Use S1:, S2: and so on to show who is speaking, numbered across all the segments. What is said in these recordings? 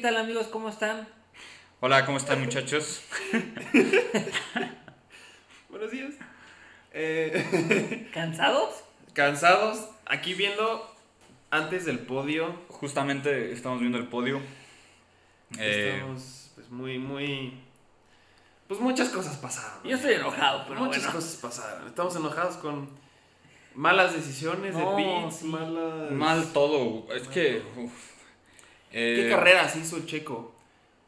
S1: tal amigos? ¿Cómo están?
S2: Hola, ¿cómo están muchachos?
S3: Buenos días. Eh,
S1: ¿Cansados?
S3: cansados, aquí viendo antes del podio.
S2: Justamente estamos viendo el podio. Eh,
S3: Estamos pues muy, muy... Pues muchas cosas pasaron.
S1: Yo estoy enojado, pero
S3: muchas
S1: bueno.
S3: cosas pasaron. Estamos enojados con malas decisiones
S1: No,
S3: de Pitts,
S1: sí.
S3: malas...
S2: mal todo, es que... uf.
S3: ¿Qué
S2: Eh,
S3: carreras hizo Checo?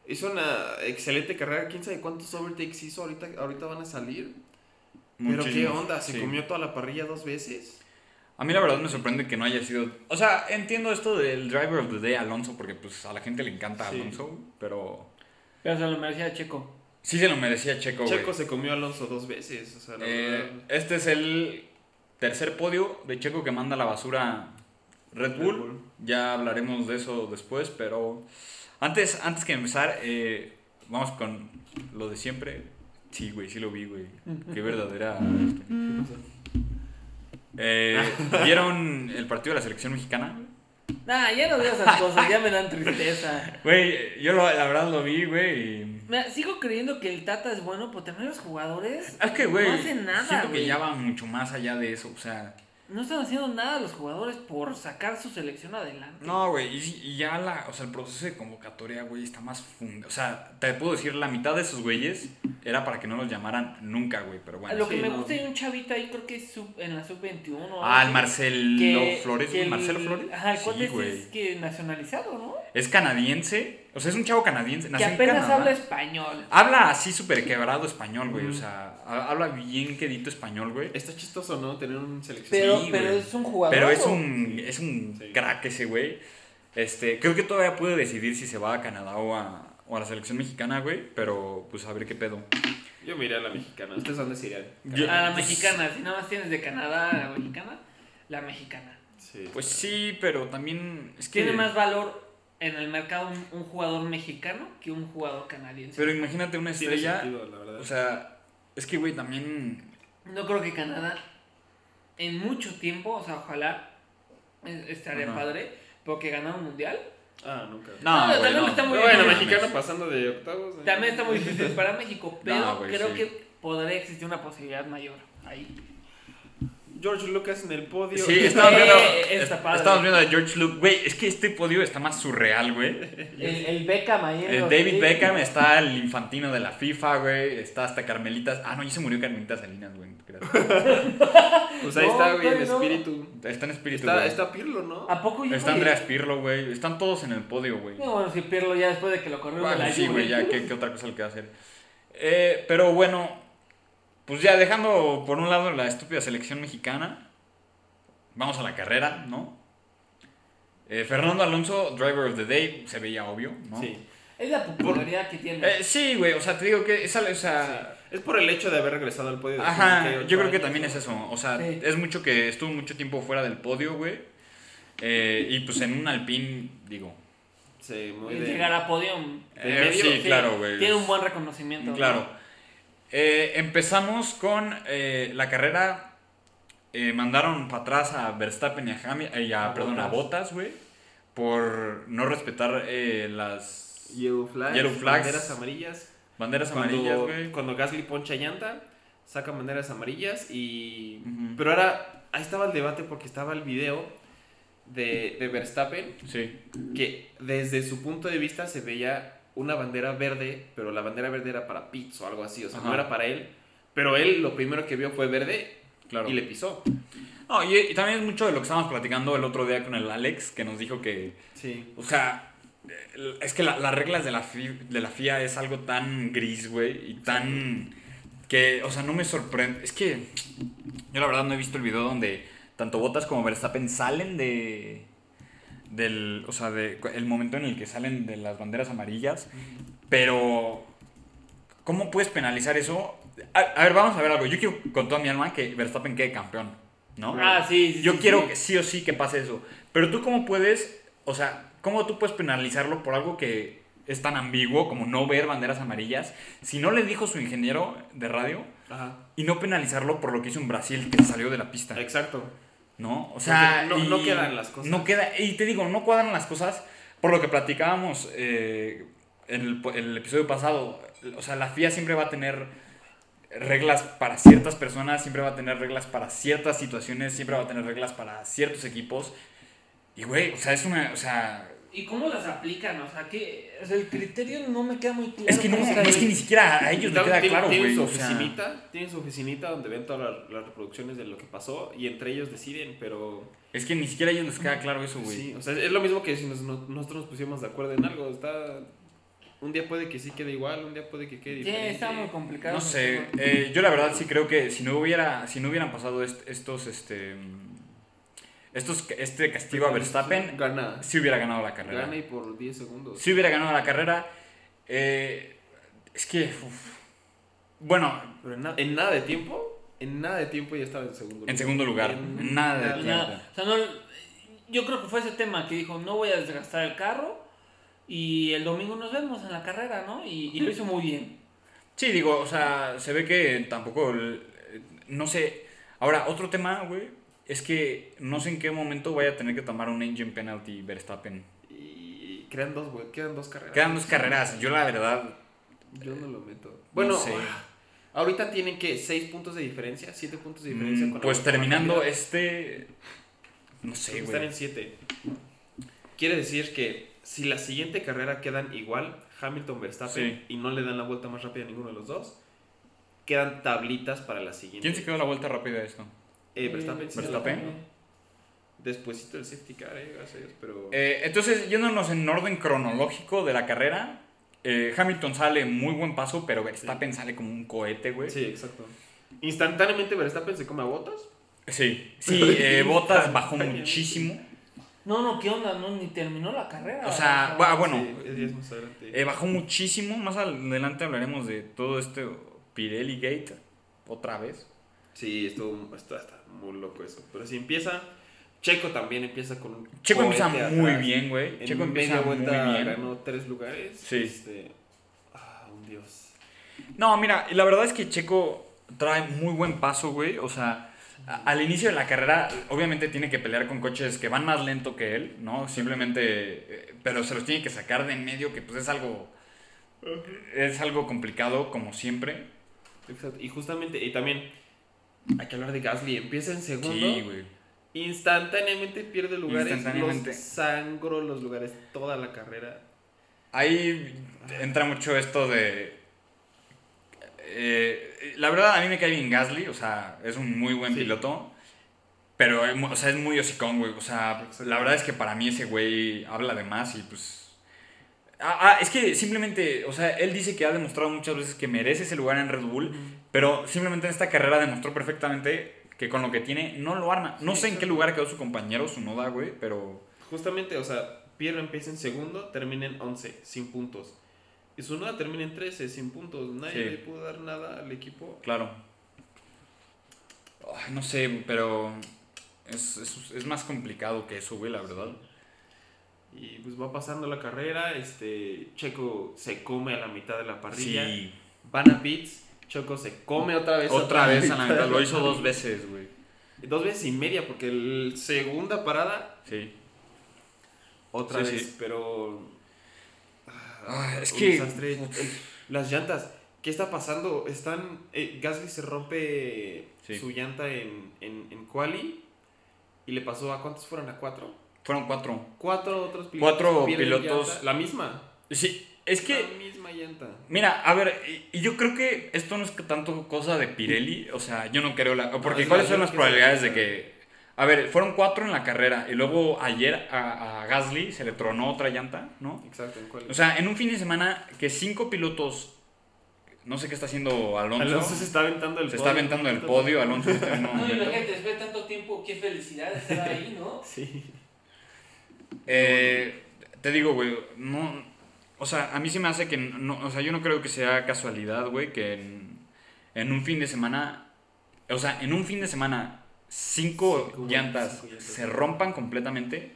S3: Hizo una excelente carrera, quién sabe cuántos overtakes hizo, ahorita, ahorita van a salir. Pero qué
S2: muchísimos,
S3: onda, se
S2: sí.
S3: comió toda la parrilla dos veces.
S2: A mí la verdad me sorprende que no haya sido... O sea, entiendo esto del Driver of the Day Alonso, porque pues a la gente le encanta
S3: Sí.
S2: Alonso, pero...
S1: Pero se lo merecía Checo.
S2: Sí se lo merecía Checo, Oh, güey.
S3: Checo se comió a Alonso dos veces, o sea, la
S2: Eh,
S3: verdad.
S2: este es el tercer podio de Checo que manda a la basura Red
S3: Red
S2: Bull.
S3: Bull.
S2: Ya hablaremos de eso después, pero antes, antes que empezar, eh, vamos con lo de siempre. Sí, güey, sí lo vi, güey. Qué verdadera. este. Eh, ¿Vieron el partido de la selección mexicana?
S1: Nah, Ah, ya no veo esas cosas, ya me dan tristeza.
S2: Güey, yo lo- la verdad lo vi, güey. y-
S1: Me- sigo creyendo que el Tata es bueno, pero también los jugadores
S2: Es que, güey,
S1: no hacen nada.
S2: siento que
S1: güey.
S2: ya va mucho más allá de eso, o sea.
S1: No están haciendo nada los jugadores por sacar su selección adelante.
S2: No, güey, y, si- y ya la, o sea, el proceso de convocatoria, güey, está más funda. O sea, te puedo decir, la mitad de esos güeyes era para que no los llamaran nunca, güey, pero
S1: A
S2: bueno.
S1: lo
S3: sí,
S1: que me
S3: no.
S1: gusta hay un chavito ahí, creo que es sub- en la sub-21. o algo
S2: Ah, el
S1: así,
S2: Marcelo
S1: que-
S2: Flores,
S1: que
S2: güey,
S1: el-
S2: Marcelo Flores.
S1: Ajá, el
S2: Sí,
S1: cuate ese
S2: güey.
S1: es que nacionalizado, ¿no?
S2: Es canadiense, o sea, es un chavo canadiense.
S1: que
S2: nació en
S1: apenas
S2: Canadá.
S1: habla español.
S2: Habla así súper quebrado español, güey, o
S3: Ujú.
S2: sea, ha- habla bien quedito español, güey.
S3: Está chistoso, ¿no? Tener un seleccionado.
S1: Pero,
S2: güey.
S1: pero es un jugador.
S2: Pero es un, es un
S3: Sí.
S2: crack ese güey. Este, creo que todavía puede decidir si se va a Canadá o a, o a la selección mexicana, güey, pero pues a ver qué pedo.
S3: Yo miré a la mexicana. ¿Ustedes dónde se irían?
S2: Yo-
S1: A la
S2: pues-
S1: mexicana, si nada más tienes de Canadá a la mexicana, la mexicana.
S3: Sí.
S2: Pues sí, pero también es que
S1: Tiene más valor en el mercado un, un jugador mexicano que un jugador canadiense.
S2: Pero imagínate una
S3: tiene
S2: estrella,
S3: sentido, la verdad.
S2: o sea, es que güey también
S1: No creo que Canadá en mucho tiempo, o sea, ojalá eh, estaría
S2: Ajá.
S1: padre, porque ganar un mundial.
S3: ah, nunca.
S1: No,
S2: güey,
S1: también está muy
S3: Pero
S1: bien.
S3: bueno,
S1: no
S3: mexicano pasando de octavos. ¿eh?
S1: También está muy difícil para México, pero
S2: No, güey,
S1: creo
S2: sí.
S1: que podría existir una posibilidad mayor ahí.
S3: George Lucas en el podio.
S2: Sí, estamos
S1: Eh,
S2: viendo,
S1: está
S2: est-
S1: padre.
S2: estamos viendo a George Luke, güey, es que este podio está más surreal, güey.
S1: El, el Beckham ahí. en
S2: El
S1: los-
S2: David Beckham está el infantino de la FIFA, güey, está hasta Carmelitas, ah no, ya se murió Carmelitas Salinas, güey. gracias.
S3: Pues ahí
S1: No,
S3: está, güey, el
S1: güey, no. Ah,
S3: espíritu.
S2: Está en espíritu,
S3: Está,
S2: güey.
S3: está Pirlo, ¿no?
S1: ¿A poco ya
S2: Está Andreas Pirlo, güey. Están todos en el podio, güey.
S1: No, bueno, si Pirlo ya después de que lo corrieron de
S2: Bueno,
S1: la
S2: sí,
S1: Juve.
S2: güey, ya, ¿qué, qué otra cosa le queda hacer? Eh, pero bueno, pues ya dejando por un lado la estúpida selección mexicana, vamos a la carrera, ¿no? Eh, Fernando Alonso, driver of the day, se veía obvio, ¿no?
S3: Sí.
S1: Es la popularidad que tiene.
S2: Eh, sí, güey, o sea, te digo que esa, esa-
S3: Es por el hecho de haber regresado al podio. después de
S2: Ajá,
S3: ocho
S2: yo creo que
S3: años,
S2: también
S3: ¿no?
S2: es eso, o sea,
S1: Sí.
S2: es mucho que estuvo mucho tiempo fuera del podio, güey. Eh, y pues en un alpín, digo.
S3: Sí, muy
S1: Y
S3: de.
S1: llegar a podium.
S2: eh,
S3: medio,
S2: sí, claro, güey.
S1: Tiene un buen reconocimiento. ¿no?
S2: Claro. Eh, empezamos con eh, la carrera. eh, mandaron para atrás a Verstappen y a, Hami- eh, y a-
S3: A
S2: perdón, a
S3: Bottas.
S2: Bottas, güey. Por no respetar eh, las
S3: Yellow flags.
S2: Yellow flags.
S3: Banderas amarillas.
S2: banderas
S3: Cuando-
S2: amarillas, güey.
S3: Cuando Gasly poncha llanta, saca banderas amarillas y...
S2: Ujú.
S3: Pero ahora, ahí estaba el debate porque estaba el video de, de Verstappen
S2: Sí.
S3: que desde su punto de vista se veía una bandera verde, pero la bandera verde era para Pitts o algo así, o sea, no
S2: Ajá.
S3: era para él. Pero él lo primero que vio fue verde
S2: Claro.
S3: y le pisó.
S2: No, y, y también es mucho de lo que estábamos platicando el otro día con el Alex, que nos dijo que,
S3: Sí.
S2: o sea, eh, es que la- las reglas de la, FI- de la FIA es algo tan gris, güey, y tan... que, o sea, no me sorprende. Es que yo la verdad no he visto el video donde tanto Bottas como Verstappen salen de... Del, o sea, de, cu- el momento en el que salen de las banderas amarillas. Pero, ¿cómo puedes penalizar eso? A, a ver, vamos a ver algo. Yo quiero con toda mi alma que Verstappen quede campeón, ¿no?
S1: Ah, sí, sí,
S2: Yo
S1: sí,
S2: quiero
S1: sí.
S2: que sí o sí que pase eso. Pero tú cómo puedes, o sea, cómo tú puedes penalizarlo por algo que es tan ambiguo como no ver banderas amarillas, si no le dijo su ingeniero de radio
S3: Ajá.
S2: y no penalizarlo por lo que hizo en Brasil que salió de la pista,
S3: Exacto.
S2: ¿no? O sea,
S3: Porque no- no
S2: y-
S3: quedan las cosas.
S2: No queda y te digo, no cuadran las cosas por lo que platicábamos eh, en el, po- el episodio pasado, o sea, la FIA siempre va a tener reglas para ciertas personas, siempre va a tener reglas para ciertas situaciones, siempre va a tener reglas para ciertos equipos. Y, güey, o sea, es una, o sea,
S1: ¿Y cómo las aplican? O sea, que o sea, el criterio no me queda muy claro.
S2: es que no,
S1: cómo está
S2: es que
S1: el-
S2: ni siquiera a ellos les
S3: También
S2: queda
S3: tiene-
S2: claro, güey.
S3: tienen su
S2: o sea.
S3: oficinita, tienen su oficinita donde ven todas las, las reproducciones de lo que pasó y entre ellos deciden, pero
S2: Es que ni siquiera a ellos les queda claro eso, güey.
S3: sí, o sea, es lo mismo que si nos- no- nosotros nos pusiéramos de acuerdo en algo, está un día puede que sí quede igual, un día puede que quede
S1: Sí,
S3: diferente.
S1: está muy complicado.
S2: No sé, eh, yo la verdad sí creo que si no hubiera, si no hubieran pasado est- estos, este, mm, estos, este castigo a Verstappen,
S3: gana,
S2: sí hubiera ganado la carrera.
S3: gana y por 10 segundos.
S2: Si hubiera ganado la carrera, eh, es que, uf. bueno,
S3: Pero en, na- en nada de tiempo, en nada de tiempo ya estaba en segundo
S2: en segundo lugar,
S3: En-
S2: nada de
S3: nada.
S1: Y
S2: tiempo.
S1: nada, o sea, no, yo creo que fue ese tema que dijo, no voy a desgastar el carro y el domingo nos vemos en la carrera, ¿no? Y, y lo hizo muy bien.
S2: Sí, digo, o sea, se ve que tampoco, el- eh, no sé. Ahora, otro tema, güey, es que no sé en qué momento vaya a tener que tomar un engine penalty Verstappen.
S3: Y crean dos, güey, quedan dos carreras.
S2: Quedan dos carreras, yo la verdad,
S3: Yo no lo meto. Bueno, ah,
S2: sé.
S3: ahorita tienen que 6 puntos de diferencia, 7 puntos de diferencia.
S2: mm,
S3: con la
S2: pues
S3: última
S2: terminando
S3: rápida. Pues
S2: este, no sé,
S3: Están
S2: güey.
S3: en 7. Quiere decir que si la siguiente carrera quedan igual, Hamilton Verstappen y no le dan la vuelta más rápida a ninguno de los dos, quedan tablitas para la siguiente.
S2: ¿Quién se quedó la vuelta rápida de esto?
S3: Eh, Verstappen. sí,
S2: Verstappen.
S3: Despuésito del safety car, eh, gracias a Dios, pero
S2: Eh, entonces, yéndonos en orden cronológico de la carrera, eh, Hamilton sale muy buen paso, pero Verstappen sale como un cohete, güey. Sí,
S3: Sí, exacto. Instantáneamente Verstappen se come a botas.
S2: sí, eh, Bottas bajó muchísimo.
S1: No, no, ¿qué onda? No, ni terminó la carrera.
S2: O sea, ah, bueno,
S3: Sí, es más adelante.
S2: eh, bajó muchísimo. Más adelante hablaremos de todo este Pirelli Gate, otra vez.
S3: Sí, estuvo está, está muy loco eso. Pero si empieza, Checo también empieza con un.
S2: Checo empieza
S3: cohete
S2: muy
S3: atrás.
S2: bien, güey.
S3: En
S2: Checo empieza
S3: media
S2: muy
S3: vuelta
S2: bien.
S3: ganó tres lugares.
S2: Sí.
S3: Este, ah, un dios.
S2: No, mira, la verdad es que Checo trae muy buen paso, güey. O sea, a- al inicio de la carrera, obviamente tiene que pelear con coches que van más lento que él, ¿no? Simplemente, eh, pero se los tiene que sacar de en medio, que pues es algo, es algo complicado, como siempre.
S3: Exacto. Y justamente, y también, hay que hablar de Gasly. Empieza en segundo.
S2: Sí, güey.
S3: instantáneamente pierde lugares.
S2: Instantáneamente.
S3: Los sangro los lugares toda la carrera.
S2: Ahí entra mucho esto de... eh, la verdad, a mí me cae bien Gasly, o sea, es un muy buen
S3: Sí.
S2: piloto. Pero, eh, mu- o sea, es muy hocicón, güey. O sea,
S3: Exacto.
S2: la verdad es que para mí ese güey habla de más y pues... Ah, ah, es que simplemente, o sea, él dice que ha demostrado muchas veces que merece ese lugar en Red Bull, pero simplemente en esta carrera demostró perfectamente que con lo que tiene no lo arma. No
S3: Sí,
S2: sé en qué
S3: exacto.
S2: lugar quedó su compañero, su noda, güey, pero...
S3: Justamente, o sea, Pierre empieza en segundo, termina en 11, sin puntos. Y su nueva termina en 13, sin puntos. Nadie
S2: Sí.
S3: le pudo dar nada al equipo.
S2: Claro. Ay, no sé, pero es, es- es más complicado que eso, güey, la verdad.
S3: Y pues va pasando la carrera. Este, Checo se come a la mitad de la parrilla.
S2: Sí.
S3: Van a pits. Checo se come otra vez.
S2: Otra vez a la mitad. Lo hizo
S3: dos.
S2: dos veces, güey.
S3: veces y media, porque la segunda parada,
S2: Sí.
S3: otra
S2: Sí,
S3: vez.
S2: sí.
S3: Pero.
S2: Ah, es
S3: un
S2: que-
S3: desastre. El- Las llantas. ¿Qué está pasando? Están. eh, Gasly se rompe
S2: Sí.
S3: su llanta en, en, en quali. Y le pasó a cuántos fueron a cuatro.
S2: Fueron cuatro.
S3: Cuatro otros pilotos.
S2: Cuatro
S3: pierden
S2: pilotos.
S3: llanta, La misma.
S2: Sí, es
S3: La
S2: que,
S3: misma llanta.
S2: mira, a ver, y, y yo creo que esto no es que tanto cosa de Pirelli. O sea, yo no creo la. Porque
S3: es la-
S2: ¿cuáles
S3: yo
S2: son
S3: creo
S2: las
S3: que es la
S2: probabilidades de
S3: misma.
S2: que. A ver, fueron cuatro en la carrera y luego ayer a, a Gasly se le tronó otra llanta, ¿no?
S3: Exacto, en quali.
S2: O sea, en un fin de semana que cinco pilotos, no sé qué está haciendo Alonso,
S3: Alonso se
S2: se,
S3: está aventando el
S2: está aventando el podio, Alonso está en un
S1: No,
S2: momento.
S1: imagínate, después de tanto tiempo, qué felicidad estar ahí, ¿no?
S3: Sí.
S2: Eh, te digo, güey, no, o sea, a mí se me hace que, no, o sea, yo no creo que sea casualidad, güey, que en, en un fin de semana, o sea, en un fin de semana cinco,
S3: Cinco, güey,
S2: llantas
S3: cinco llantas.
S2: se rompan completamente,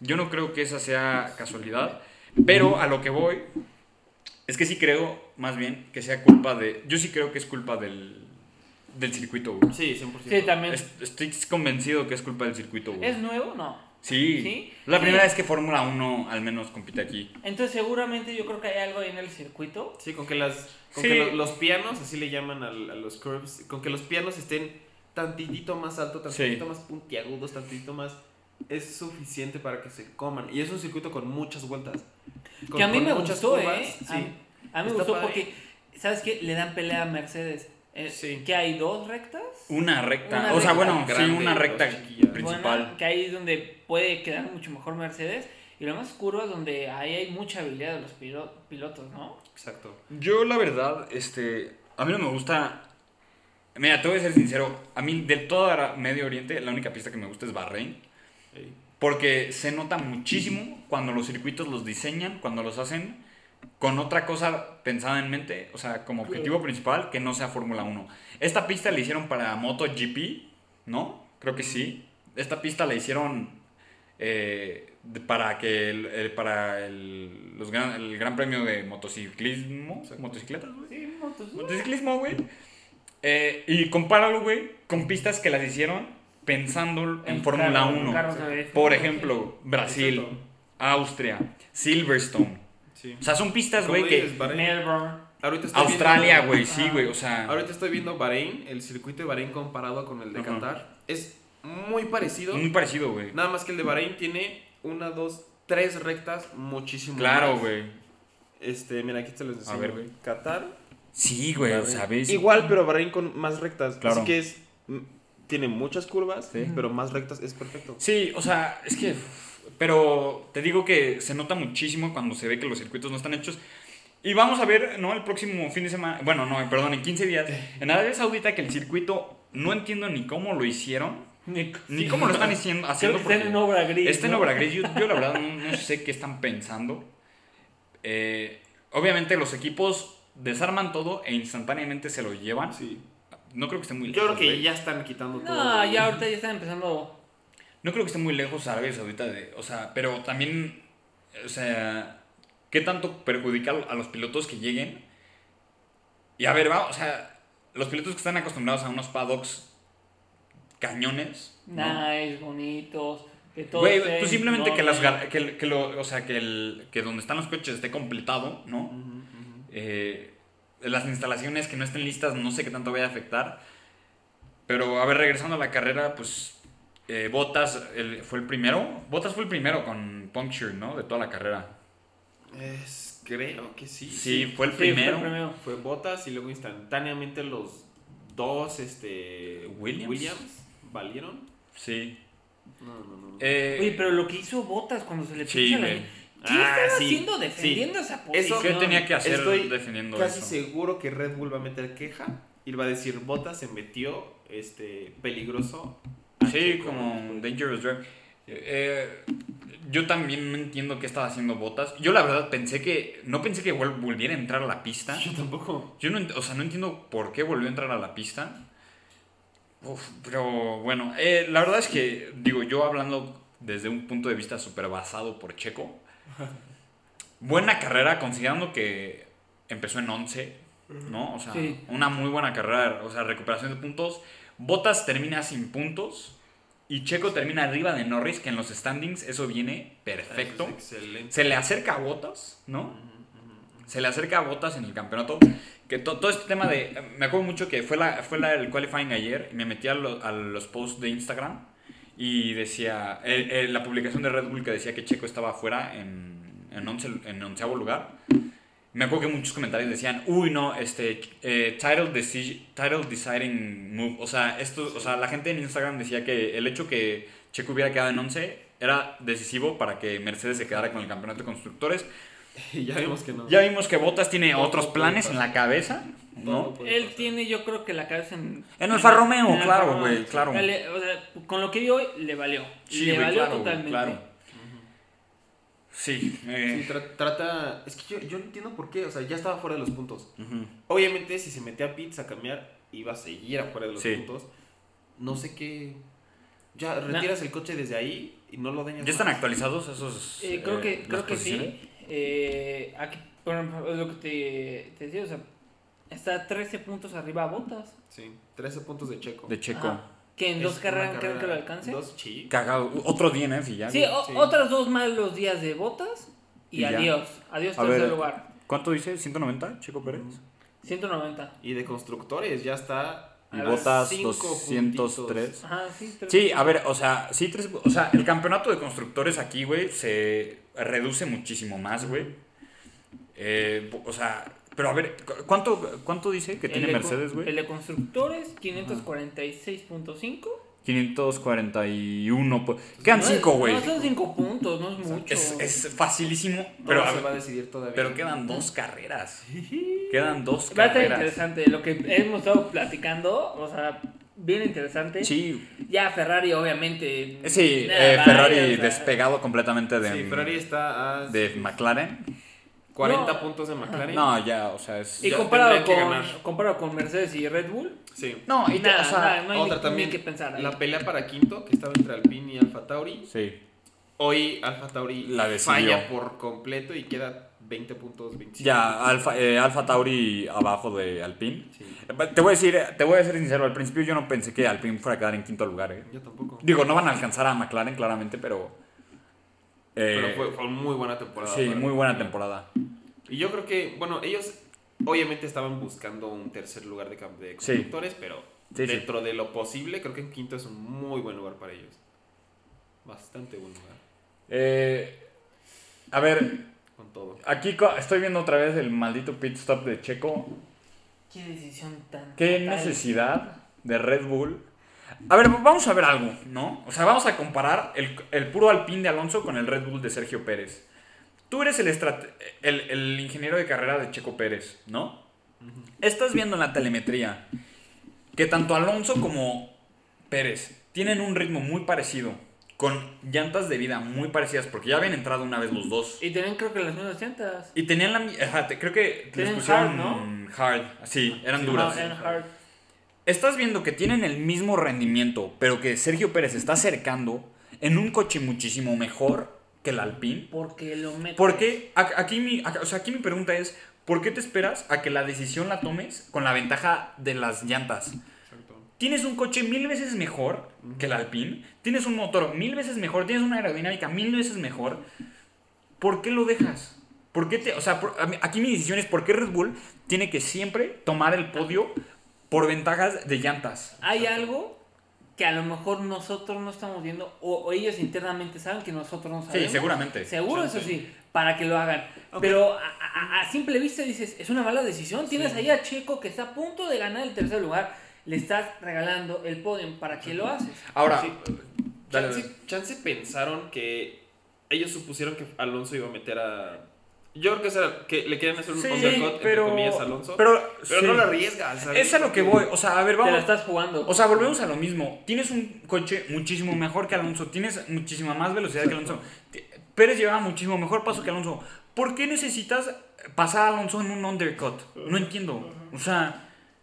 S2: yo no creo que esa sea casualidad, pero a lo que voy es que sí creo, más bien, que sea culpa de, yo sí creo que es culpa del, del circuito, güey.
S3: Sí, 100%.
S1: Sí, también.
S2: Es- Estoy convencido que es culpa del circuito, güey.
S1: ¿Es nuevo? No.
S2: Sí.
S1: ¿Sí?
S2: La
S1: Sí.
S2: primera vez que Fórmula 1 al menos compite aquí.
S1: Entonces seguramente yo creo que hay algo ahí en el circuito.
S3: Sí, con que las con
S2: Sí.
S3: que lo- los pianos, así le llaman al- a los curves, con que los pianos estén tantitito más alto, tantitito
S2: Sí.
S3: más puntiagudos, tantitito más es suficiente para que se coman y es un circuito con muchas vueltas. Con-
S1: que a mí
S3: con
S1: me
S3: muchas
S1: gustó,
S3: curvas,
S1: ¿eh?
S3: sí.
S1: A, a mí me
S3: Está
S1: gustó
S3: padre.
S1: porque, ¿sabes qué? Le dan pelea a Mercedes. Eh,
S3: Sí.
S1: Que hay dos rectas.
S2: Una recta.
S1: Una
S2: o sea,
S1: recta
S2: bueno, sí,
S3: grande,
S2: una
S3: dos
S2: recta
S3: chiquillas.
S2: principal.
S1: buena, que ahí es donde puede quedar mucho mejor Mercedes. Y lo más curvas donde ahí hay mucha habilidad de los pilo- pilotos, ¿no?
S3: Exacto.
S2: Yo, la verdad, este. A mí no me gusta. Mira, te voy a ser sincero. A mí, de todo Ara- Medio Oriente, la única pista que me gusta es Bahrein.
S3: Ey.
S2: Porque se nota muchísimo cuando los circuitos los diseñan, cuando los hacen con otra cosa pensada en mente, o sea, como objetivo principal, que no sea Fórmula 1. Esta pista la hicieron para MotoGP, ¿no? Creo que sí. Esta pista la hicieron eh, de- para que el, el- para el, los gran, el Gran Premio de Motociclismo,
S3: Sí.
S2: motocicletas, güey.
S1: Sí,
S2: pues, Motociclismo, güey. Eh, y compáralo, güey, con pistas que las hicieron pensando en Fórmula 1. Por ejemplo, Brasil,
S3: Exacto.
S2: Austria, Silverstone.
S3: Sí.
S2: O sea, son pistas,
S3: Como
S2: güey, que...
S3: dices, Bahrein.
S1: Melbourne.
S3: Ahorita estoy
S2: Australia,
S3: viendo-
S2: güey, sí,
S1: Ajá.
S2: güey, o sea...
S3: Ahorita estoy viendo Bahrein, el circuito de Bahrein comparado con el de
S2: Ajá. Mm.
S3: Qatar. Es muy parecido.
S2: Muy parecido, güey.
S3: Nada más que el de Bahrein tiene una, dos, tres rectas muchísimo
S2: Claro,
S3: más.
S2: güey.
S3: Este, mira, aquí te los enseño.
S2: ver, güey.
S3: Qatar.
S2: Sí, güey, o
S3: Bahrein.
S2: sea, ves...
S3: Igual, pero Bahrein con más rectas.
S2: Claro.
S3: Así que es. mm, Tiene muchas curvas,
S2: Sí.
S3: pero más rectas es perfecto.
S2: Sí, o sea, es que... Pero te digo que se nota muchísimo cuando se ve que los circuitos no están hechos. Y vamos a ver, ¿no? El próximo fin de semana... Bueno, no, perdón, en 15 días. En Arabia Saudita que el circuito... No entiendo ni cómo lo hicieron,
S1: Ni,
S2: ni cómo lo están haciendo.
S1: Creo
S2: haciendo
S1: que está
S2: porque-
S1: en obra gris.
S2: Este en
S1: ¿no?
S2: obra gris, yo, yo la verdad no, no sé qué están pensando. Eh, obviamente los equipos desarman todo e instantáneamente se lo llevan.
S3: Sí.
S2: No creo que esté muy
S3: Yo
S2: lejos.
S3: creo que
S2: güey.
S3: ya están quitando todo.
S1: No, ya ahorita ya están empezando.
S2: No creo que esté muy lejos Arabia Saudita de. O sea, pero también. O sea. ¿Qué tanto perjudica a los pilotos que lleguen? Y a ver, va, o sea, los pilotos que están acostumbrados a unos paddocks cañones. ¿no?
S1: Nice, bonitos. Que todo
S2: Güey,
S1: esté
S2: tú simplemente que
S1: en
S2: las
S1: orden.
S2: gar- que, el- que lo, o sea, que el que donde están los coches esté completado, ¿no?
S3: Ujú, ujú.
S2: Eh, las instalaciones que no estén listas, no sé qué tanto vaya a afectar. Pero a ver, regresando a la carrera, pues eh, Botas el- fue el primero. Botas fue el primero con puncture, ¿no? De toda la carrera.
S3: Es- creo que sí.
S2: Sí, fue el
S1: Sí, fue el
S2: primero.
S1: primero.
S3: Fue Botas y luego instantáneamente los dos este,
S2: Williams.
S3: valieron.
S2: Sí.
S3: No, no, no.
S2: Eh,
S1: Oye, pero lo que hizo Botas cuando se le
S2: Sí,
S1: pincha la...
S2: güey.
S1: ¿Qué
S3: Ah,
S1: estaba
S3: sí,
S1: haciendo
S3: sí.
S1: defendiendo esa
S3: Eso-
S1: posición?
S2: ¿Qué tenía que hacer
S3: Estoy
S2: defendiendo
S3: Casi
S2: eso?
S3: seguro que Red Bull va a meter queja y va a decir Botas se metió este peligroso.
S2: Sí, como un Dangerous Drive. Eh, yo también no entiendo qué estaba haciendo Botas. Yo la verdad pensé que. No pensé que vol- volviera a entrar a la pista.
S3: Yo tampoco.
S2: Yo no, ent- o sea, no entiendo por qué volvió a entrar a la pista. Uf, pero bueno, eh, la verdad es que, digo, yo hablando desde un punto de vista súper basado por Checo, buena carrera considerando que empezó en 11, ¿no? O sea,
S1: Sí.
S2: una muy buena carrera, o sea, recuperación de puntos. Botas termina sin puntos y Checo termina arriba de Norris, que en los standings eso viene perfecto.
S3: Eso es excelente.
S2: Se le acerca a Botas, ¿no? se le acerca a Botas en el campeonato. Que to- todo este tema de. Me acuerdo mucho que fue, la, fue la, el qualifying ayer y me metí a, lo- a los posts de Instagram y decía. el- el- la publicación de Red Bull que decía que Checo estaba afuera en, en, once- en onceavo lugar. Me acuerdo que muchos comentarios decían, uy, no, este, eh, title, deci- title deciding move. O sea, esto, o sea, la gente en Instagram decía que el hecho que Checo hubiera quedado en 11 era decisivo para que Mercedes se quedara con el campeonato de constructores.
S3: Y ya vimos que no.
S2: Ya vimos que Botas tiene
S3: Todo
S2: otros
S3: puede
S2: planes en
S3: pasar.
S2: la cabeza,
S3: Todo
S2: ¿no? pues,
S3: puede
S1: Él
S3: pasar.
S1: tiene, yo creo que la cabeza en.
S2: En Alfa Romeo,
S1: Alfa
S2: claro,
S1: Romeo.
S2: güey, claro.
S1: Dale, o sea, con lo que vi hoy, le valió.
S2: Sí,
S1: le
S2: güey,
S1: valió
S2: claro, güey,
S1: totalmente.
S2: claro. Sí,
S3: Sí,
S2: eh,
S3: tra- trata. Es que yo, yo no entiendo por qué. O sea, ya estaba fuera de los puntos.
S2: ujú.
S3: Obviamente, si se metía a Pitts a cambiar, iba a seguir afuera de los
S2: Sí.
S3: puntos. No sé qué. Ya retiras el coche desde ahí y no lo dañas.
S2: ¿Ya están
S3: más.
S2: actualizados esos?
S1: Eh, creo
S2: eh,
S1: que,
S2: las
S1: creo que
S2: posiciones?
S1: sí. Eh, aquí, por ejemplo, es lo que te, te decía, o sea, está 13 puntos arriba a Botas.
S3: Sí, 13 puntos de Checo.
S2: de Checo.
S1: Que en
S3: Es
S1: dos
S3: una
S1: carreras creen
S3: carrera-
S1: que lo alcance.
S3: Dos chi.
S2: Cagado. Otro DNF y ya.
S1: sí,
S2: güey.
S1: o-
S3: sí.
S1: otras dos más los días de Botas. Y,
S2: Y ya.
S1: adiós. Adiós,
S2: A
S1: tercer
S2: ver.
S1: lugar.
S2: ¿Cuánto dice? ¿190, Checo Pérez?
S1: 190.
S3: Y de constructores ya está.
S2: Y
S3: a
S2: Botas
S3: cinco
S2: 203.
S1: Ajá, sí. tres-
S2: Sí, a ver, o sea, sí, tres- o sea, el campeonato de constructores aquí, güey, se reduce muchísimo más, güey. Eh, o sea, pero a ver, ¿cu- ¿cuánto, cuánto dice que
S1: El
S2: tiene
S1: de
S2: Mercedes,
S1: con- El
S2: güey?
S1: de constructores, 546.5.
S2: 541. pues, Quedan
S1: No es-
S2: 5, güey.
S1: No son 5 puntos, no es mucho.
S2: Es, es facilísimo,
S3: puntitos.
S2: pero, a
S3: Todo se
S2: ver,
S3: va a decidir todavía.
S2: pero quedan dos carreras. Quedan dos
S1: Va a estar
S2: carreras.
S1: interesante lo que hemos estado platicando. O sea, bien interesante.
S2: Sí,
S1: Ya Ferrari, obviamente.
S2: sí,
S1: nada,
S2: eh,
S1: vaya,
S2: Ferrari
S1: o sea,
S2: despegado completamente de,
S3: Sí, Ferrari está a
S2: de McLaren.
S3: 40
S1: No.
S3: puntos de McLaren.
S2: No, ya, o sea, es...
S1: Y
S3: Ya
S1: comparado
S3: tendrían que
S1: con,
S3: ganar.
S1: comparado con Mercedes y Red Bull,
S3: Sí.
S2: No, y te-
S1: nada,
S2: o sea,
S1: nada, no hay
S3: Otra
S1: ni,
S3: también.
S1: ni que pensar. ahí.
S3: La pelea para quinto, que estaba entre Alpine y Alfa Tauri.
S2: sí.
S3: Hoy Alfa Tauri
S2: La decidió.
S3: falla por completo y queda 20 puntos, 25.
S2: Ya, Alfa, eh, Alfa Tauri abajo de Alpine.
S3: Sí,
S2: Te voy a decir, te voy a ser sincero, al principio yo no pensé que Alpine fuera a quedar en quinto lugar. eh.
S3: yo tampoco.
S2: Digo, no van a alcanzar a McLaren claramente, pero... eh,
S3: Pero fue, fue una muy buena temporada.
S2: sí,
S3: para
S2: muy
S3: mí.
S2: buena temporada.
S3: Y yo creo que, bueno, ellos obviamente estaban buscando un tercer lugar de, cam- de
S2: Sí.
S3: constructores, pero
S2: Sí, sí.
S3: dentro de lo posible, creo que en quinto es un muy buen lugar para ellos. Bastante buen lugar,
S2: Eh, a ver,
S3: con todo.
S2: aquí co- estoy viendo otra vez el maldito pit stop de Checo.
S1: Qué decisión tan.
S2: ¿Qué
S1: fatal.
S2: necesidad de Red Bull? A ver, vamos a ver algo, ¿no? O sea, vamos a comparar el, el puro alpín de Alonso con el Red Bull de Sergio Pérez. Tú eres el, estrate- el, el ingeniero de carrera de Checo Pérez, ¿no? Estás viendo en la telemetría que tanto Alonso como Pérez tienen un ritmo muy parecido, con llantas de vida muy parecidas, porque ya habían entrado una vez los dos.
S1: Y tenían, creo que las mismas llantas.
S2: Y tenían la... mi- ajá, te- creo que les
S1: Tienen
S2: pusieron
S1: hard, ¿no?
S2: hard, sí, eran
S3: Sí,
S2: duras.
S1: Ah, and hard.
S2: Estás viendo que tienen el mismo rendimiento, pero que Sergio Pérez está acercando en un coche muchísimo mejor que el Alpine.
S1: Porque lo meten.
S2: ¿Por qué? A- Aquí mi, a- o sea, aquí mi pregunta es, ¿por qué te esperas a que la decisión la tomes con la ventaja de las llantas?
S3: Exacto.
S2: Tienes un coche mil veces mejor que el Alpine, tienes un motor mil veces mejor, tienes una aerodinámica mil veces mejor. ¿Por qué lo dejas? ¿Por qué te, o sea, por- a mí- aquí mi decisión es por qué Red Bull tiene que siempre tomar el podio por ventajas de llantas.
S1: Hay algo que a lo mejor nosotros no estamos viendo o, o ellos internamente saben que nosotros no sabemos.
S2: Sí, seguramente.
S1: Seguro,
S3: Sí,
S1: eso
S3: sí.
S1: sí, para que lo hagan.
S3: Aunque-
S1: Pero a, a- a simple vista dices, es una mala decisión. Tienes ahí a Checo que está a punto de ganar el tercer lugar. Le estás regalando el podium. ¿Para qué lo haces?
S2: Ahora,
S3: Sí.
S2: dale,
S3: eh, Chance,
S2: dale.
S3: chance pensaron que ellos supusieron que Alonso iba a meter a... Yo creo que, esa era- que le querían hacer un
S2: Sí,
S3: undercut,
S2: pero-
S3: entre comillas, a Alonso.
S2: pero- sí.
S3: no lo arriesgas. ¿sabes?
S2: es a lo que voy. O sea, a ver,
S1: Te la
S2: vamos.
S1: estás jugando.
S2: O sea, volvemos a lo mismo. Tienes un coche muchísimo mejor que Alonso. Tienes muchísima más velocidad que Alonso. T- Pérez llevaba muchísimo mejor paso que Alonso. ¿Por qué necesitas pasar a Alonso en un undercut? No entiendo. O sea,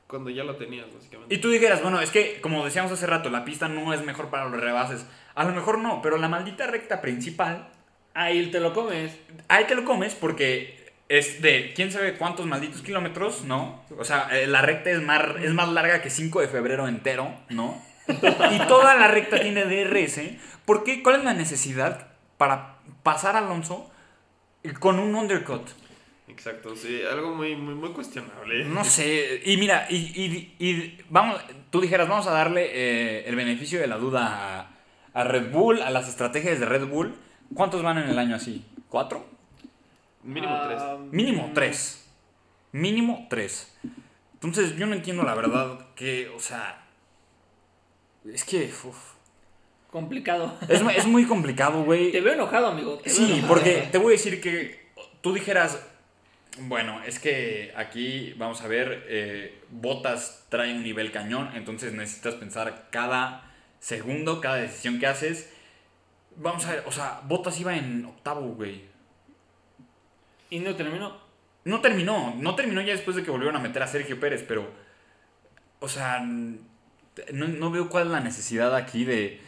S3: Cuando ya lo tenías, básicamente.
S2: y tú dijeras, bueno, es que como decíamos hace rato, la pista no es mejor para los rebases. A lo mejor no, pero la maldita recta principal
S1: Ahí te lo comes.
S2: ahí te lo comes porque es de quién sabe cuántos malditos kilómetros, ¿no? O sea, eh, la recta es más, es más larga que 5 de febrero entero, ¿no? Y toda la recta tiene DRS. ¿Por qué? ¿Cuál es la necesidad para pasar a Alonso con un undercut?
S3: Exacto, sí. Algo muy, muy, muy cuestionable.
S2: No sé. Y mira, y, y- y vamos, tú dijeras, vamos a darle eh, el beneficio de la duda a, a Red Bull, a las estrategias de Red Bull. ¿Cuántos van en el año así? ¿Cuatro?
S3: Mínimo tres.
S1: Ah,
S2: Mínimo tres. Mínimo tres. Entonces, yo no entiendo la verdad que, o sea. Es que. uf.
S1: Complicado.
S2: Es, mu- es muy complicado,
S1: Te
S2: güey.
S1: veo enojado, amigo. te veo
S2: Sí,
S1: enojado.
S2: porque te voy a decir que tú dijeras. Bueno, es que aquí, vamos a ver, eh, Botas trae un nivel cañón, entonces necesitas pensar cada segundo, cada decisión que haces. Vamos a ver, o sea, Botas iba en octavo, güey.
S1: Y no terminó.
S2: No terminó, no terminó ya después de que volvieron a meter a Sergio Pérez, pero. O sea, no, no veo cuál es la necesidad aquí de,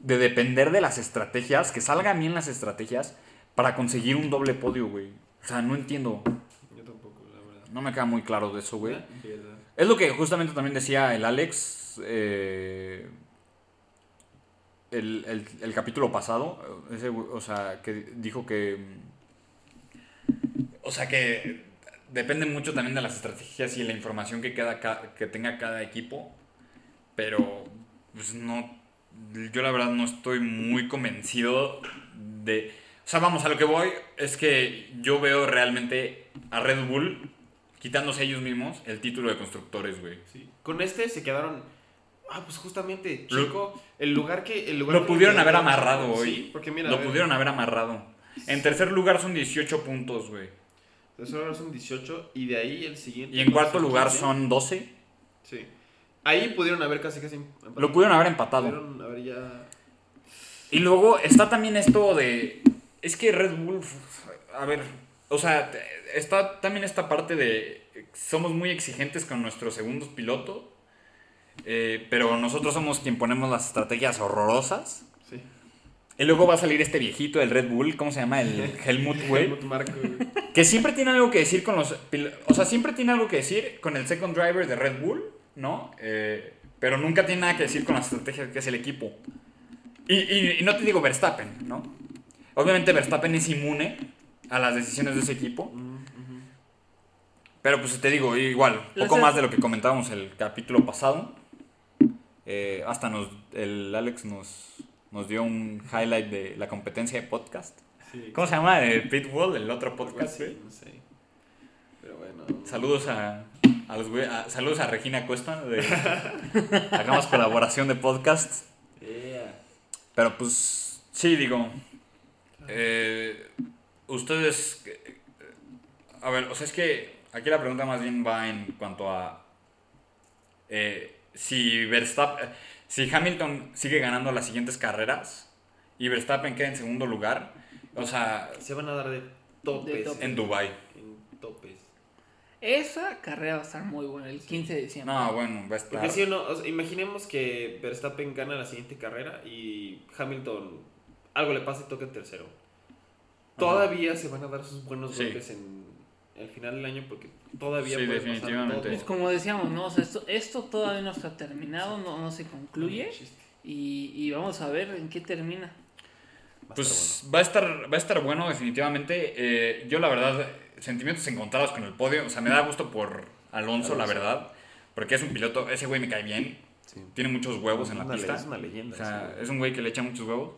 S2: de depender de las estrategias, que salgan bien las estrategias para conseguir un doble podio, güey. O sea, no entiendo.
S3: Yo tampoco, la verdad.
S2: No me queda muy claro de eso, güey. Es lo que justamente también decía el Alex. eh, el, el- el capítulo pasado. ese güey, o sea, que dijo que. mm, O sea, que depende mucho también de las estrategias y la información que, cada, ca- que tenga cada equipo. Pero, pues no. Yo la verdad no estoy muy convencido de. O sea, vamos, a lo que voy es que yo veo realmente a Red Bull quitándose ellos mismos el título de constructores, güey.
S3: Sí. Con este se quedaron. Ah, pues justamente, chico. El lugar que. El lugar
S2: Lo
S3: que-
S2: pudieron haber amarrado
S3: Sí,
S2: hoy.
S3: porque mira. a
S2: Lo
S3: ver,
S2: pudieron haber amarrado. En tercer lugar son 18 puntos, güey.
S3: tercer lugar son 18 y de ahí el siguiente.
S2: Y en cuarto
S3: son
S2: lugar
S3: 15.
S2: son 12.
S3: Sí. Ahí pudieron haber casi casi. empatado.
S2: Lo pudieron haber empatado.
S3: Pudieron haber ya.
S2: Y luego está también esto de... Es que Red Bull... A ver, o sea, te- está también esta parte de... Somos muy exigentes con nuestros segundos pilotos. eh, pero nosotros somos quien ponemos las estrategias horrorosas.
S3: Sí.
S2: Y luego va a salir este viejito del Red Bull, ¿cómo se llama? El Helmut, güey.
S3: Helmut Marko, güey.
S2: Que siempre tiene algo que decir con los. pil- O sea, siempre tiene algo que decir con el second driver de Red Bull, ¿no? Eh, pero nunca tiene nada que decir con la estrategia que es el equipo. Y, y- y no te digo Verstappen, ¿no? Obviamente Verstappen es inmune a las decisiones de ese equipo.
S3: Mm,
S2: Pero pues te digo, igual,
S1: La
S2: poco
S1: ser-
S2: más de lo que comentábamos el capítulo pasado. Eh, hasta nos, el Alex nos, nos dio un highlight de la competencia de podcast.
S3: Sí.
S2: ¿Cómo se llama? De Pitbull, el otro podcast.
S3: Sí,
S2: güey.
S3: no sé. Pero bueno.
S2: Saludos a, a los güey- a- saludos a Regina Cuesta. De, hagamos colaboración de podcast.
S3: Yeah.
S2: Pero pues, sí, digo. eh, ustedes. eh, A ver, o sea, es que aquí la pregunta más bien va en cuanto a. eh, si Verstappen. Si Hamilton sigue ganando las siguientes carreras y Verstappen queda en segundo lugar, o sea,
S3: Se van a dar de topes.
S1: De topes.
S2: en Dubai.
S3: En topes.
S1: Esa carrera va a estar muy buena, el 15 de diciembre.
S2: No, bueno, va a estar.
S3: Porque si o no, o sea, imaginemos que Verstappen gana la siguiente carrera y Hamilton algo le pasa y toca en tercero. Todavía se van a dar sus buenos
S2: Sí.
S3: golpes en el final del año porque todavía
S2: Sí,
S3: puede
S2: definitivamente.
S1: Pues
S3: pasar todo.
S1: como decíamos, ¿no? O sea, esto, esto todavía no está terminado, no, no se concluye.
S3: Chiste.
S1: Y, y vamos a ver en qué termina.
S3: Va a estar
S2: Pues va a estar, va a estar bueno, definitivamente. Eh, yo, la verdad, sentimientos encontrados con el podio. O sea, me da gusto por Alonso, la verdad. Porque es un piloto, ese güey me cae bien.
S3: bueno.
S2: Tiene muchos huevos en la
S3: Es una le-
S2: pista.
S3: Es una leyenda.
S2: O sea,
S3: ese güey.
S2: es un güey que le echa muchos huevos.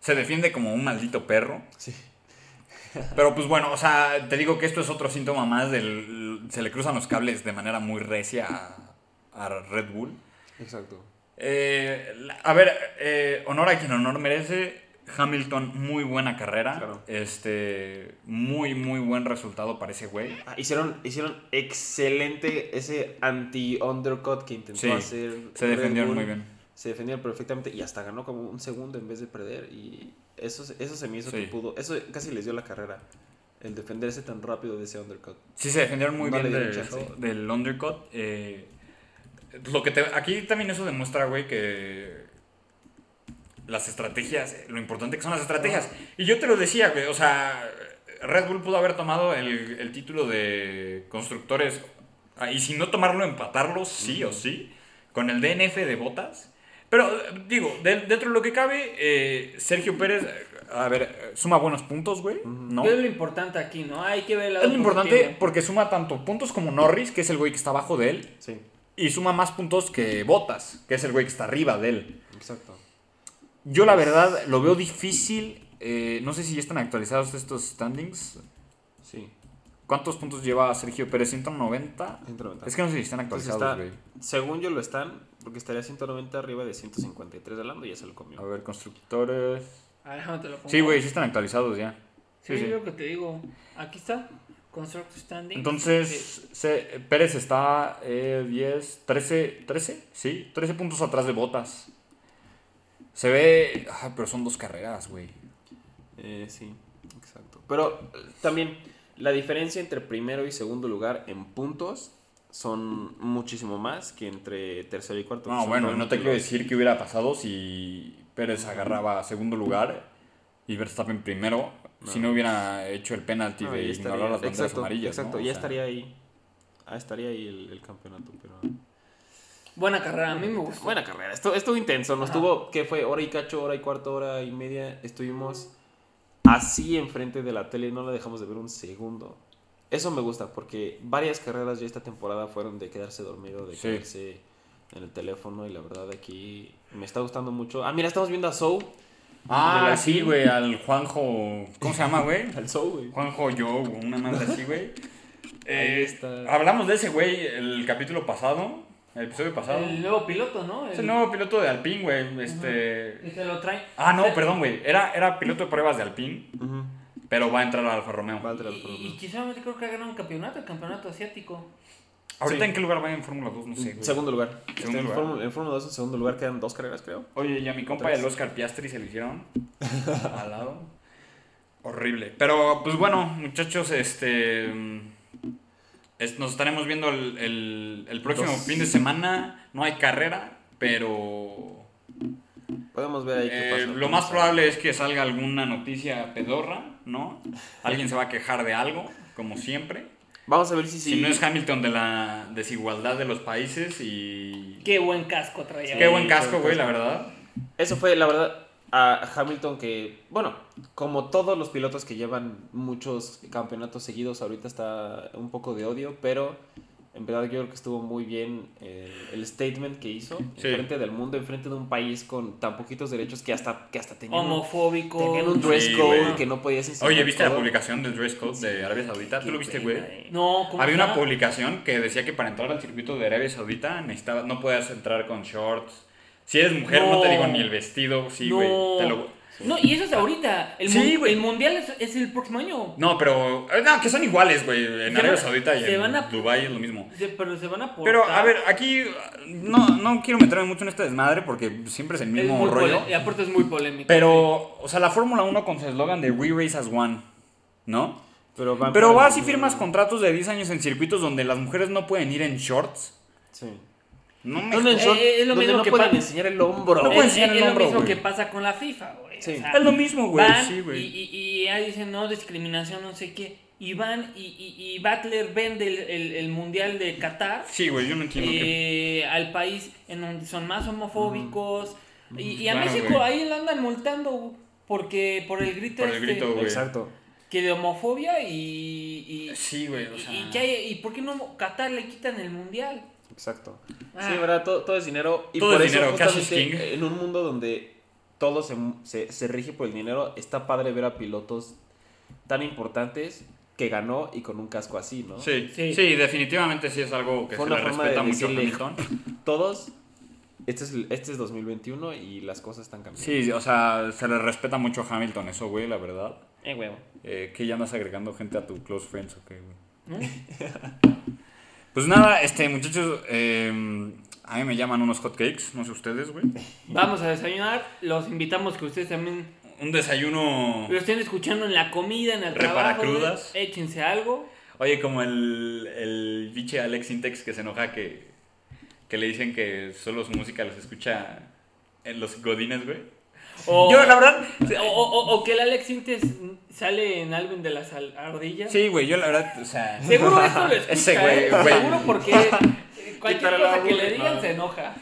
S2: Se defiende como un maldito perro.
S3: Sí.
S2: Pero pues bueno, o sea, te digo que esto es otro síntoma más del. Se le cruzan los cables de manera muy recia a, a Red Bull.
S3: Exacto.
S2: Eh, la- a ver, eh, honor a quien honor merece. Hamilton, muy buena carrera.
S3: Claro.
S2: Este, muy, muy buen resultado para ese güey.
S3: Ah, hicieron, hicieron excelente ese anti-undercut que intentó
S2: Sí,
S3: hacer.
S2: Se
S3: Red
S2: defendieron
S3: Bull.
S2: muy bien.
S3: Se defendieron perfectamente y hasta ganó como un segundo en vez de perder. Y eso, se- eso se me hizo
S2: Sí.
S3: que pudo. Eso casi les dio la carrera. El defenderse tan rápido de ese undercut.
S2: Sí, se defendieron muy
S3: No
S2: bien
S3: le
S2: del,
S3: dieron chance.
S2: del undercut. eh, lo que te- aquí también eso demuestra, güey, que las estrategias, eh, lo importante que son las estrategias. Y yo te lo decía, güey, o sea, Red Bull pudo haber tomado el, el título de constructores ah, y si no tomarlo, empatarlo, sí o sí, con el DNF de botas. Pero eh, digo, de- dentro de lo que cabe, eh, Sergio Pérez, eh, a ver, eh, suma buenos puntos, güey, ¿no?
S1: ¿Qué es lo importante aquí, no? Hay que ver el lado
S2: Es lo importante
S1: positivo.
S2: porque suma tanto puntos como Norris, que es el güey que está abajo de él,
S3: Sí,
S2: y suma más puntos que Botas, que es el güey que está arriba de él.
S3: exacto.
S2: Yo la verdad lo veo difícil. eh, no sé si ya están actualizados estos standings.
S3: Sí,
S2: ¿Cuántos puntos lleva Sergio Pérez? ¿190?
S3: 190.
S2: Es que no sé si están
S3: Entonces
S2: actualizados, güey.
S3: Pues está- según yo lo están, porque estaría 190 arriba de 153 de Lando y ya se lo comió.
S2: A ver, constructores.
S1: A ver, déjame te lo pongo.
S2: Sí, güey, sí están actualizados ya.
S1: Sí,
S2: Sí, sí.
S1: lo que te digo. Aquí está. Construct Standing. Eh,
S2: Entonces, se- Pérez está eh, 10, 13, 13, sí, 13 puntos atrás de Botas. Se ve, ah, pero son dos carreras, güey.
S3: Eh, sí, exacto. Pero eh, también la diferencia entre primero y segundo lugar en puntos son muchísimo más que entre tercero y cuarto. que
S2: No,
S3: son
S2: bueno,
S3: nueve
S2: no te quiero
S3: puntos.
S2: decir qué hubiera pasado si Pérez agarraba segundo lugar y Verstappen primero, si no hubiera hecho el penalti
S3: No,
S2: de ignorar
S3: ya Ah, estaría-
S2: las banderas
S3: exacto,
S2: amarillas. ¿no?
S3: Exacto,
S2: O sea,
S3: ya estaría ahí. Ah, estaría ahí el, el campeonato, pero...
S1: Buena carrera, a mí me gustó.
S3: Buena carrera, estuvo, estuvo intenso, nos
S1: Ah.
S3: tuvo, ¿qué fue? Hora y cacho, hora y cuarto, hora y media, estuvimos así enfrente de la tele, no la dejamos de ver un segundo. Eso me gusta, porque varias carreras ya esta temporada fueron de quedarse dormido, de
S2: Sí.
S3: quedarse en el teléfono, y la verdad aquí me está gustando mucho. Ah, mira, estamos viendo a Sou,
S2: Ah,
S3: Del
S2: sí,
S3: Alpine.
S2: güey, al Juanjo. ¿Cómo se llama, güey?
S3: al Sou, güey.
S2: Juanjo Yo, una madre así, güey. Eh,
S3: está.
S2: Hablamos de ese güey el capítulo pasado, el episodio pasado.
S1: El nuevo piloto, ¿no?
S2: Es
S1: El-
S2: el nuevo piloto de Alpine, güey. Este.
S1: que se lo traen.
S2: Ah, no,
S1: Se-
S2: perdón, güey. Era, era piloto de pruebas de Alpine,
S3: Ujú.
S2: pero va a entrar al Alfa Romeo.
S3: Va a entrar al
S1: Y-
S3: Fórmula
S1: Y,
S3: uno.
S1: y solamente creo que ha ganado un campeonato, el campeonato asiático.
S2: ¿Ahorita
S3: Sí. Mm,
S2: en qué lugar va en Fórmula 2? No sé, güey.
S3: Segundo lugar. Está en
S2: lugar.
S3: Fórmula- En Fórmula 2 en segundo lugar quedan dos carreras, creo.
S2: Oye, y a mi compa y
S3: Tres.
S2: al Oscar Piastri se lo hicieron al lado. Horrible. Pero, pues bueno, muchachos, este. mm, es- nos estaremos viendo el, el- el próximo
S3: Dos.
S2: fin de semana. No hay carrera, pero.
S3: Podemos ver ahí qué
S2: eh,
S3: pasa.
S2: lo más probable es que salga alguna noticia pedorra, ¿no? Alguien se va a quejar de algo, como siempre.
S3: Vamos a ver si,
S2: Si no es Hamilton de la desigualdad de los países y.
S1: Qué buen casco traía. ¿eh?
S2: Qué buen
S3: qué
S2: casco,
S3: buen
S2: güey, la
S3: casco.
S2: verdad.
S3: Eso fue, la verdad, a Hamilton que, bueno, como todos los pilotos que llevan muchos campeonatos seguidos, ahorita está un poco de odio, pero en verdad yo creo que estuvo muy bien el, el statement que hizo
S2: Sí.
S3: enfrente del mundo, enfrente de un país con tan poquitos derechos que hasta, que hasta tenían, un,
S1: Homofóbico.
S3: tenían un dress
S2: Sí,
S3: code
S2: güey.
S3: que no podías enseñar
S2: Oye, ¿viste la
S3: todo.
S2: publicación del dress code de Arabia Saudita? ¿Tú lo viste, güey?
S1: No, eh. ¿cómo
S2: Había una
S1: está?
S2: publicación que decía que para entrar al circuito de Arabia Saudita necesitaba, no podías entrar con shorts. Si eres mujer, no, te
S1: No.
S2: digo ni el vestido, sí, güey.
S1: No.
S2: te lo-
S1: No, y eso es ahorita. El,
S2: Sí,
S1: mun-
S2: güey.
S1: el mundial es, es el próximo año.
S2: No, pero. eh, No, que son iguales, güey. En
S1: Se
S2: Arabia
S1: van-
S2: Saudita y
S1: se van
S2: en
S1: a-
S2: Dubái es lo mismo.
S1: Se- pero se van a portar.
S2: Pero, a ver, aquí eh, no, no quiero meterme mucho en este desmadre porque siempre es el
S1: Es
S2: mismo
S1: muy
S2: rollo.
S1: pole- Y aparte es muy polémico.
S2: Pero, o sea, la Fórmula 1 con su eslogan de We Race as One, ¿no?
S3: Pero, van
S2: Pero
S3: por el
S2: vas y
S3: mundo.
S2: firmas contratos de 10 años en circuitos donde las mujeres no pueden ir en shorts.
S3: Sí.
S2: No me
S3: Donde,
S1: Eh, eh, es lo
S3: donde
S1: mismo
S3: no
S1: que
S3: pueden
S1: pa-
S3: enseñar el hombro.
S2: No
S1: Es-
S2: pueden
S1: es,
S2: enseñar el
S1: es lo
S2: hombro,
S1: mismo
S2: güey.
S1: que pasa con la FIFA, güey.
S3: Sí.
S2: Es lo mismo, güey.
S1: Van
S2: Sí,
S1: y,
S2: güey.
S1: y, y ya dicen, no, discriminación, no sé qué. Y van y, y, y Butler vende el, el- el mundial de Qatar
S2: Sí, güey, yo no entiendo qué.
S1: eh, al país en donde son más homofóbicos. Y, y a
S2: Mm. Claro,
S1: México
S2: güey.
S1: ahí lo andan multando porque por el grito,
S2: Por el
S1: este,
S2: grito, güey.
S3: Exacto.
S1: que de homofobia y... y
S2: Sí, güey, o
S1: y-
S2: sea.
S1: y que hay- ¿y por qué no Qatar le quitan el mundial?
S3: Exacto.
S1: Ah.
S3: Sí, ¿verdad? Todo, todo es dinero. Y
S2: Todo
S3: por
S2: es
S3: eso,
S2: dinero, cash is
S3: justamente,
S2: king.
S3: en un mundo donde todo se, se, se rige por el dinero, está padre ver a pilotos tan importantes que ganó y con un casco así, ¿no?
S2: Sí, sí,
S1: Sí.
S2: definitivamente sí es algo que
S3: Fue
S2: se
S3: una
S2: le
S3: forma
S2: respeta
S3: de
S2: mucho a
S3: decirle-
S2: Hamilton.
S3: Todos, este es, este es 2021 y las cosas están cambiando.
S2: Sí, o sea, se le respeta mucho a Hamilton eso, güey, la verdad.
S3: Eh, huevo.
S2: Eh, ¿Qué ya andas agregando gente a tu close friends o qué, güey?
S1: ¿no?
S3: ¿Eh?
S2: Pues nada, este, muchachos, eh, a mí me llaman unos hotcakes, no sé ustedes, güey.
S1: Vamos a desayunar, los invitamos que ustedes también
S2: Un desayuno...
S1: Lo estén escuchando en la comida, en el
S2: Repara
S1: trabajo. güey.
S2: crudas.
S1: Échense algo.
S2: Oye, como el, el biche Alex Intex que se enoja que, que le dicen que solo su música los escucha en los godines, güey.
S1: O,
S2: Yo, la verdad...
S1: o, o- o que el Alex Sintes sale en álbum de las al- ardillas.
S2: Sí, güey, yo la verdad, o sea...
S1: Seguro esto lo escucha,
S2: Ese güey,
S1: ¿eh?
S2: güey.
S1: Seguro porque cualquier
S3: Quítale la
S1: cosa que le
S3: voz,
S1: digan
S3: no.
S1: se enoja.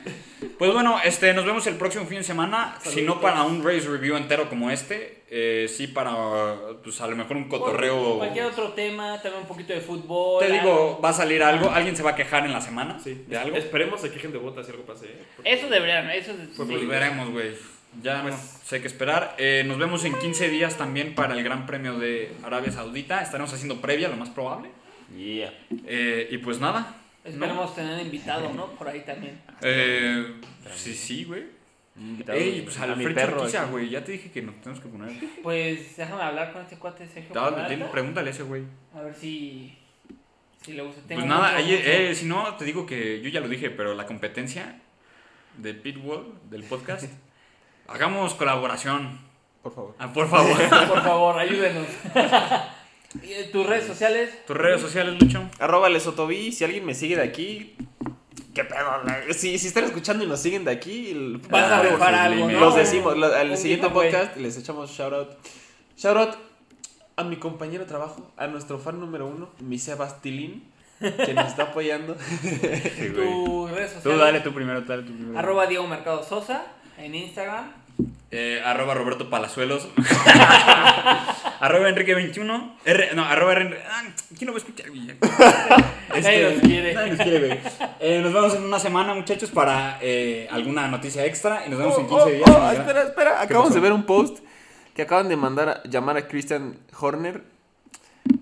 S2: Pues bueno, este, nos vemos el próximo fin de semana. Si no para un race review entero como este, eh, sí para, pues a lo mejor un cotorreo...
S1: Cualquier otro tema, también un poquito de fútbol.
S2: Te
S1: algo.
S2: digo, va a salir algo, alguien se va a quejar en la semana
S4: Sí.
S2: de algo.
S4: Esperemos a que gente vota si algo pase. ¿eh? Porque-
S1: Eso deberían, eso es-
S4: Fue
S1: sí.
S2: Pues veremos, güey. Ya no sé qué esperar. Eh, nos vemos en 15 días también para el Gran Premio de Arabia Saudita. Estaremos haciendo previa, lo más probable.
S3: Yeah.
S2: Eh, y pues nada. ¿no?
S1: Esperemos tener invitado, ¿no? Por ahí también.
S2: Eh, sí, sí, güey. Ey, pues al
S3: A mi
S2: Fred
S3: perro, eh.
S2: Urquiza,
S3: aquí.
S2: güey. Ya te dije que nos tenemos que poner.
S1: Pues déjame hablar con este cuate Sergio.
S2: Estaba
S1: Peralta,
S2: metiendo- pregúntale a ese, güey.
S1: A ver si, si le gusta.
S2: Pues
S1: Tengo
S2: nada,
S1: mucho-
S2: ahí,
S1: mucho-
S2: eh, si no, te digo que yo ya lo dije, pero la competencia de Pitbull, del podcast, hagamos colaboración.
S3: Por favor.
S2: Ah, por favor.
S1: Por favor, ayúdenos. Y, eh, Tus redes sociales.
S2: Tus redes sociales, Lucho.
S3: Arroba Lesotobi, si alguien me sigue de aquí. ¿Qué pedo? la- Si, si están escuchando y nos siguen de aquí, el-
S1: Vas a
S2: Ah,
S1: rifar
S2: sus
S1: algo,
S2: límites.
S1: ¿no?
S3: Los decimos, lo- al
S1: Un
S3: siguiente
S1: giveaway.
S3: podcast les echamos shout out. Shout out a mi compañero de trabajo, a nuestro fan número uno, mi Sebastilín. que nos está apoyando.
S2: Sí, güey.
S1: Tus redes sociales.
S2: Tú dale tú primero, dale tú primero.
S1: Arroba Diego Mercado Sosa en Instagram.
S2: Eh, arroba Roberto Palazuelos. arroba Enrique21. R- no, arroba Enrique. ¿Quién lo va a escuchar, güey? Este,
S1: Nadie nos quiere.
S2: nadie nos quiere, güey. Eh, nos vemos en una semana, muchachos, para eh, alguna noticia extra. Y nos vemos en 15 días.
S3: Oh, oh,
S2: ¿no?
S3: espera, espera. Acabamos
S2: pasó?
S3: de ver un post que acaban de mandar a llamar a Christian Horner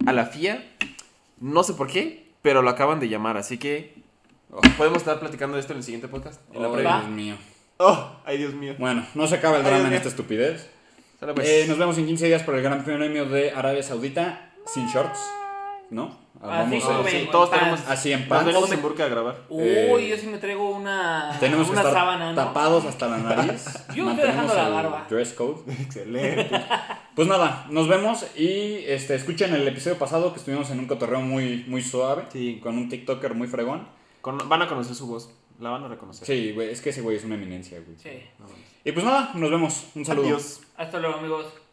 S3: a la FIA. No sé por qué, pero lo acaban de llamar. Así que
S2: Oh.
S3: podemos estar platicando de esto en el siguiente podcast. En la
S2: Oh,
S3: previa.
S2: Dios mío.
S3: Oh, ay, Dios mío.
S2: Bueno, no se acaba el drama
S3: Ay,
S2: en
S3: Dios
S2: esta estupidez.
S3: Sale, pues.
S2: Eh, nos vemos en 15 días por el Gran Premio de Arabia Saudita sin shorts, ¿no? Ah,
S1: Así
S2: Vamos
S1: como
S2: a-
S3: sí,
S1: venimos,
S3: todos
S1: pan.
S3: tenemos-
S2: así en
S3: Nos
S2: pants.
S3: venimos en Burka a grabar.
S1: Uy,
S2: Eh,
S1: yo sí me traigo una,
S2: Tenemos que
S1: una
S2: estar
S1: sábana, ¿no?
S2: tapados hasta la nariz.
S1: Yo me estoy
S2: Mantenemos
S1: dejando la
S2: el
S1: barba.
S2: Dress code.
S3: Excelente.
S2: Pues nada, nos vemos y este, escuchen el episodio pasado que estuvimos en un cotorreo muy, muy suave
S3: Sí.
S2: con un TikToker muy fregón.
S3: Con- van a conocer su voz. La van a reconocer.
S2: Sí, güey, es que ese güey es una eminencia, güey.
S1: Sí.
S2: Y pues nada, nos vemos. Un saludo.
S3: Adiós.
S1: Hasta luego, amigos.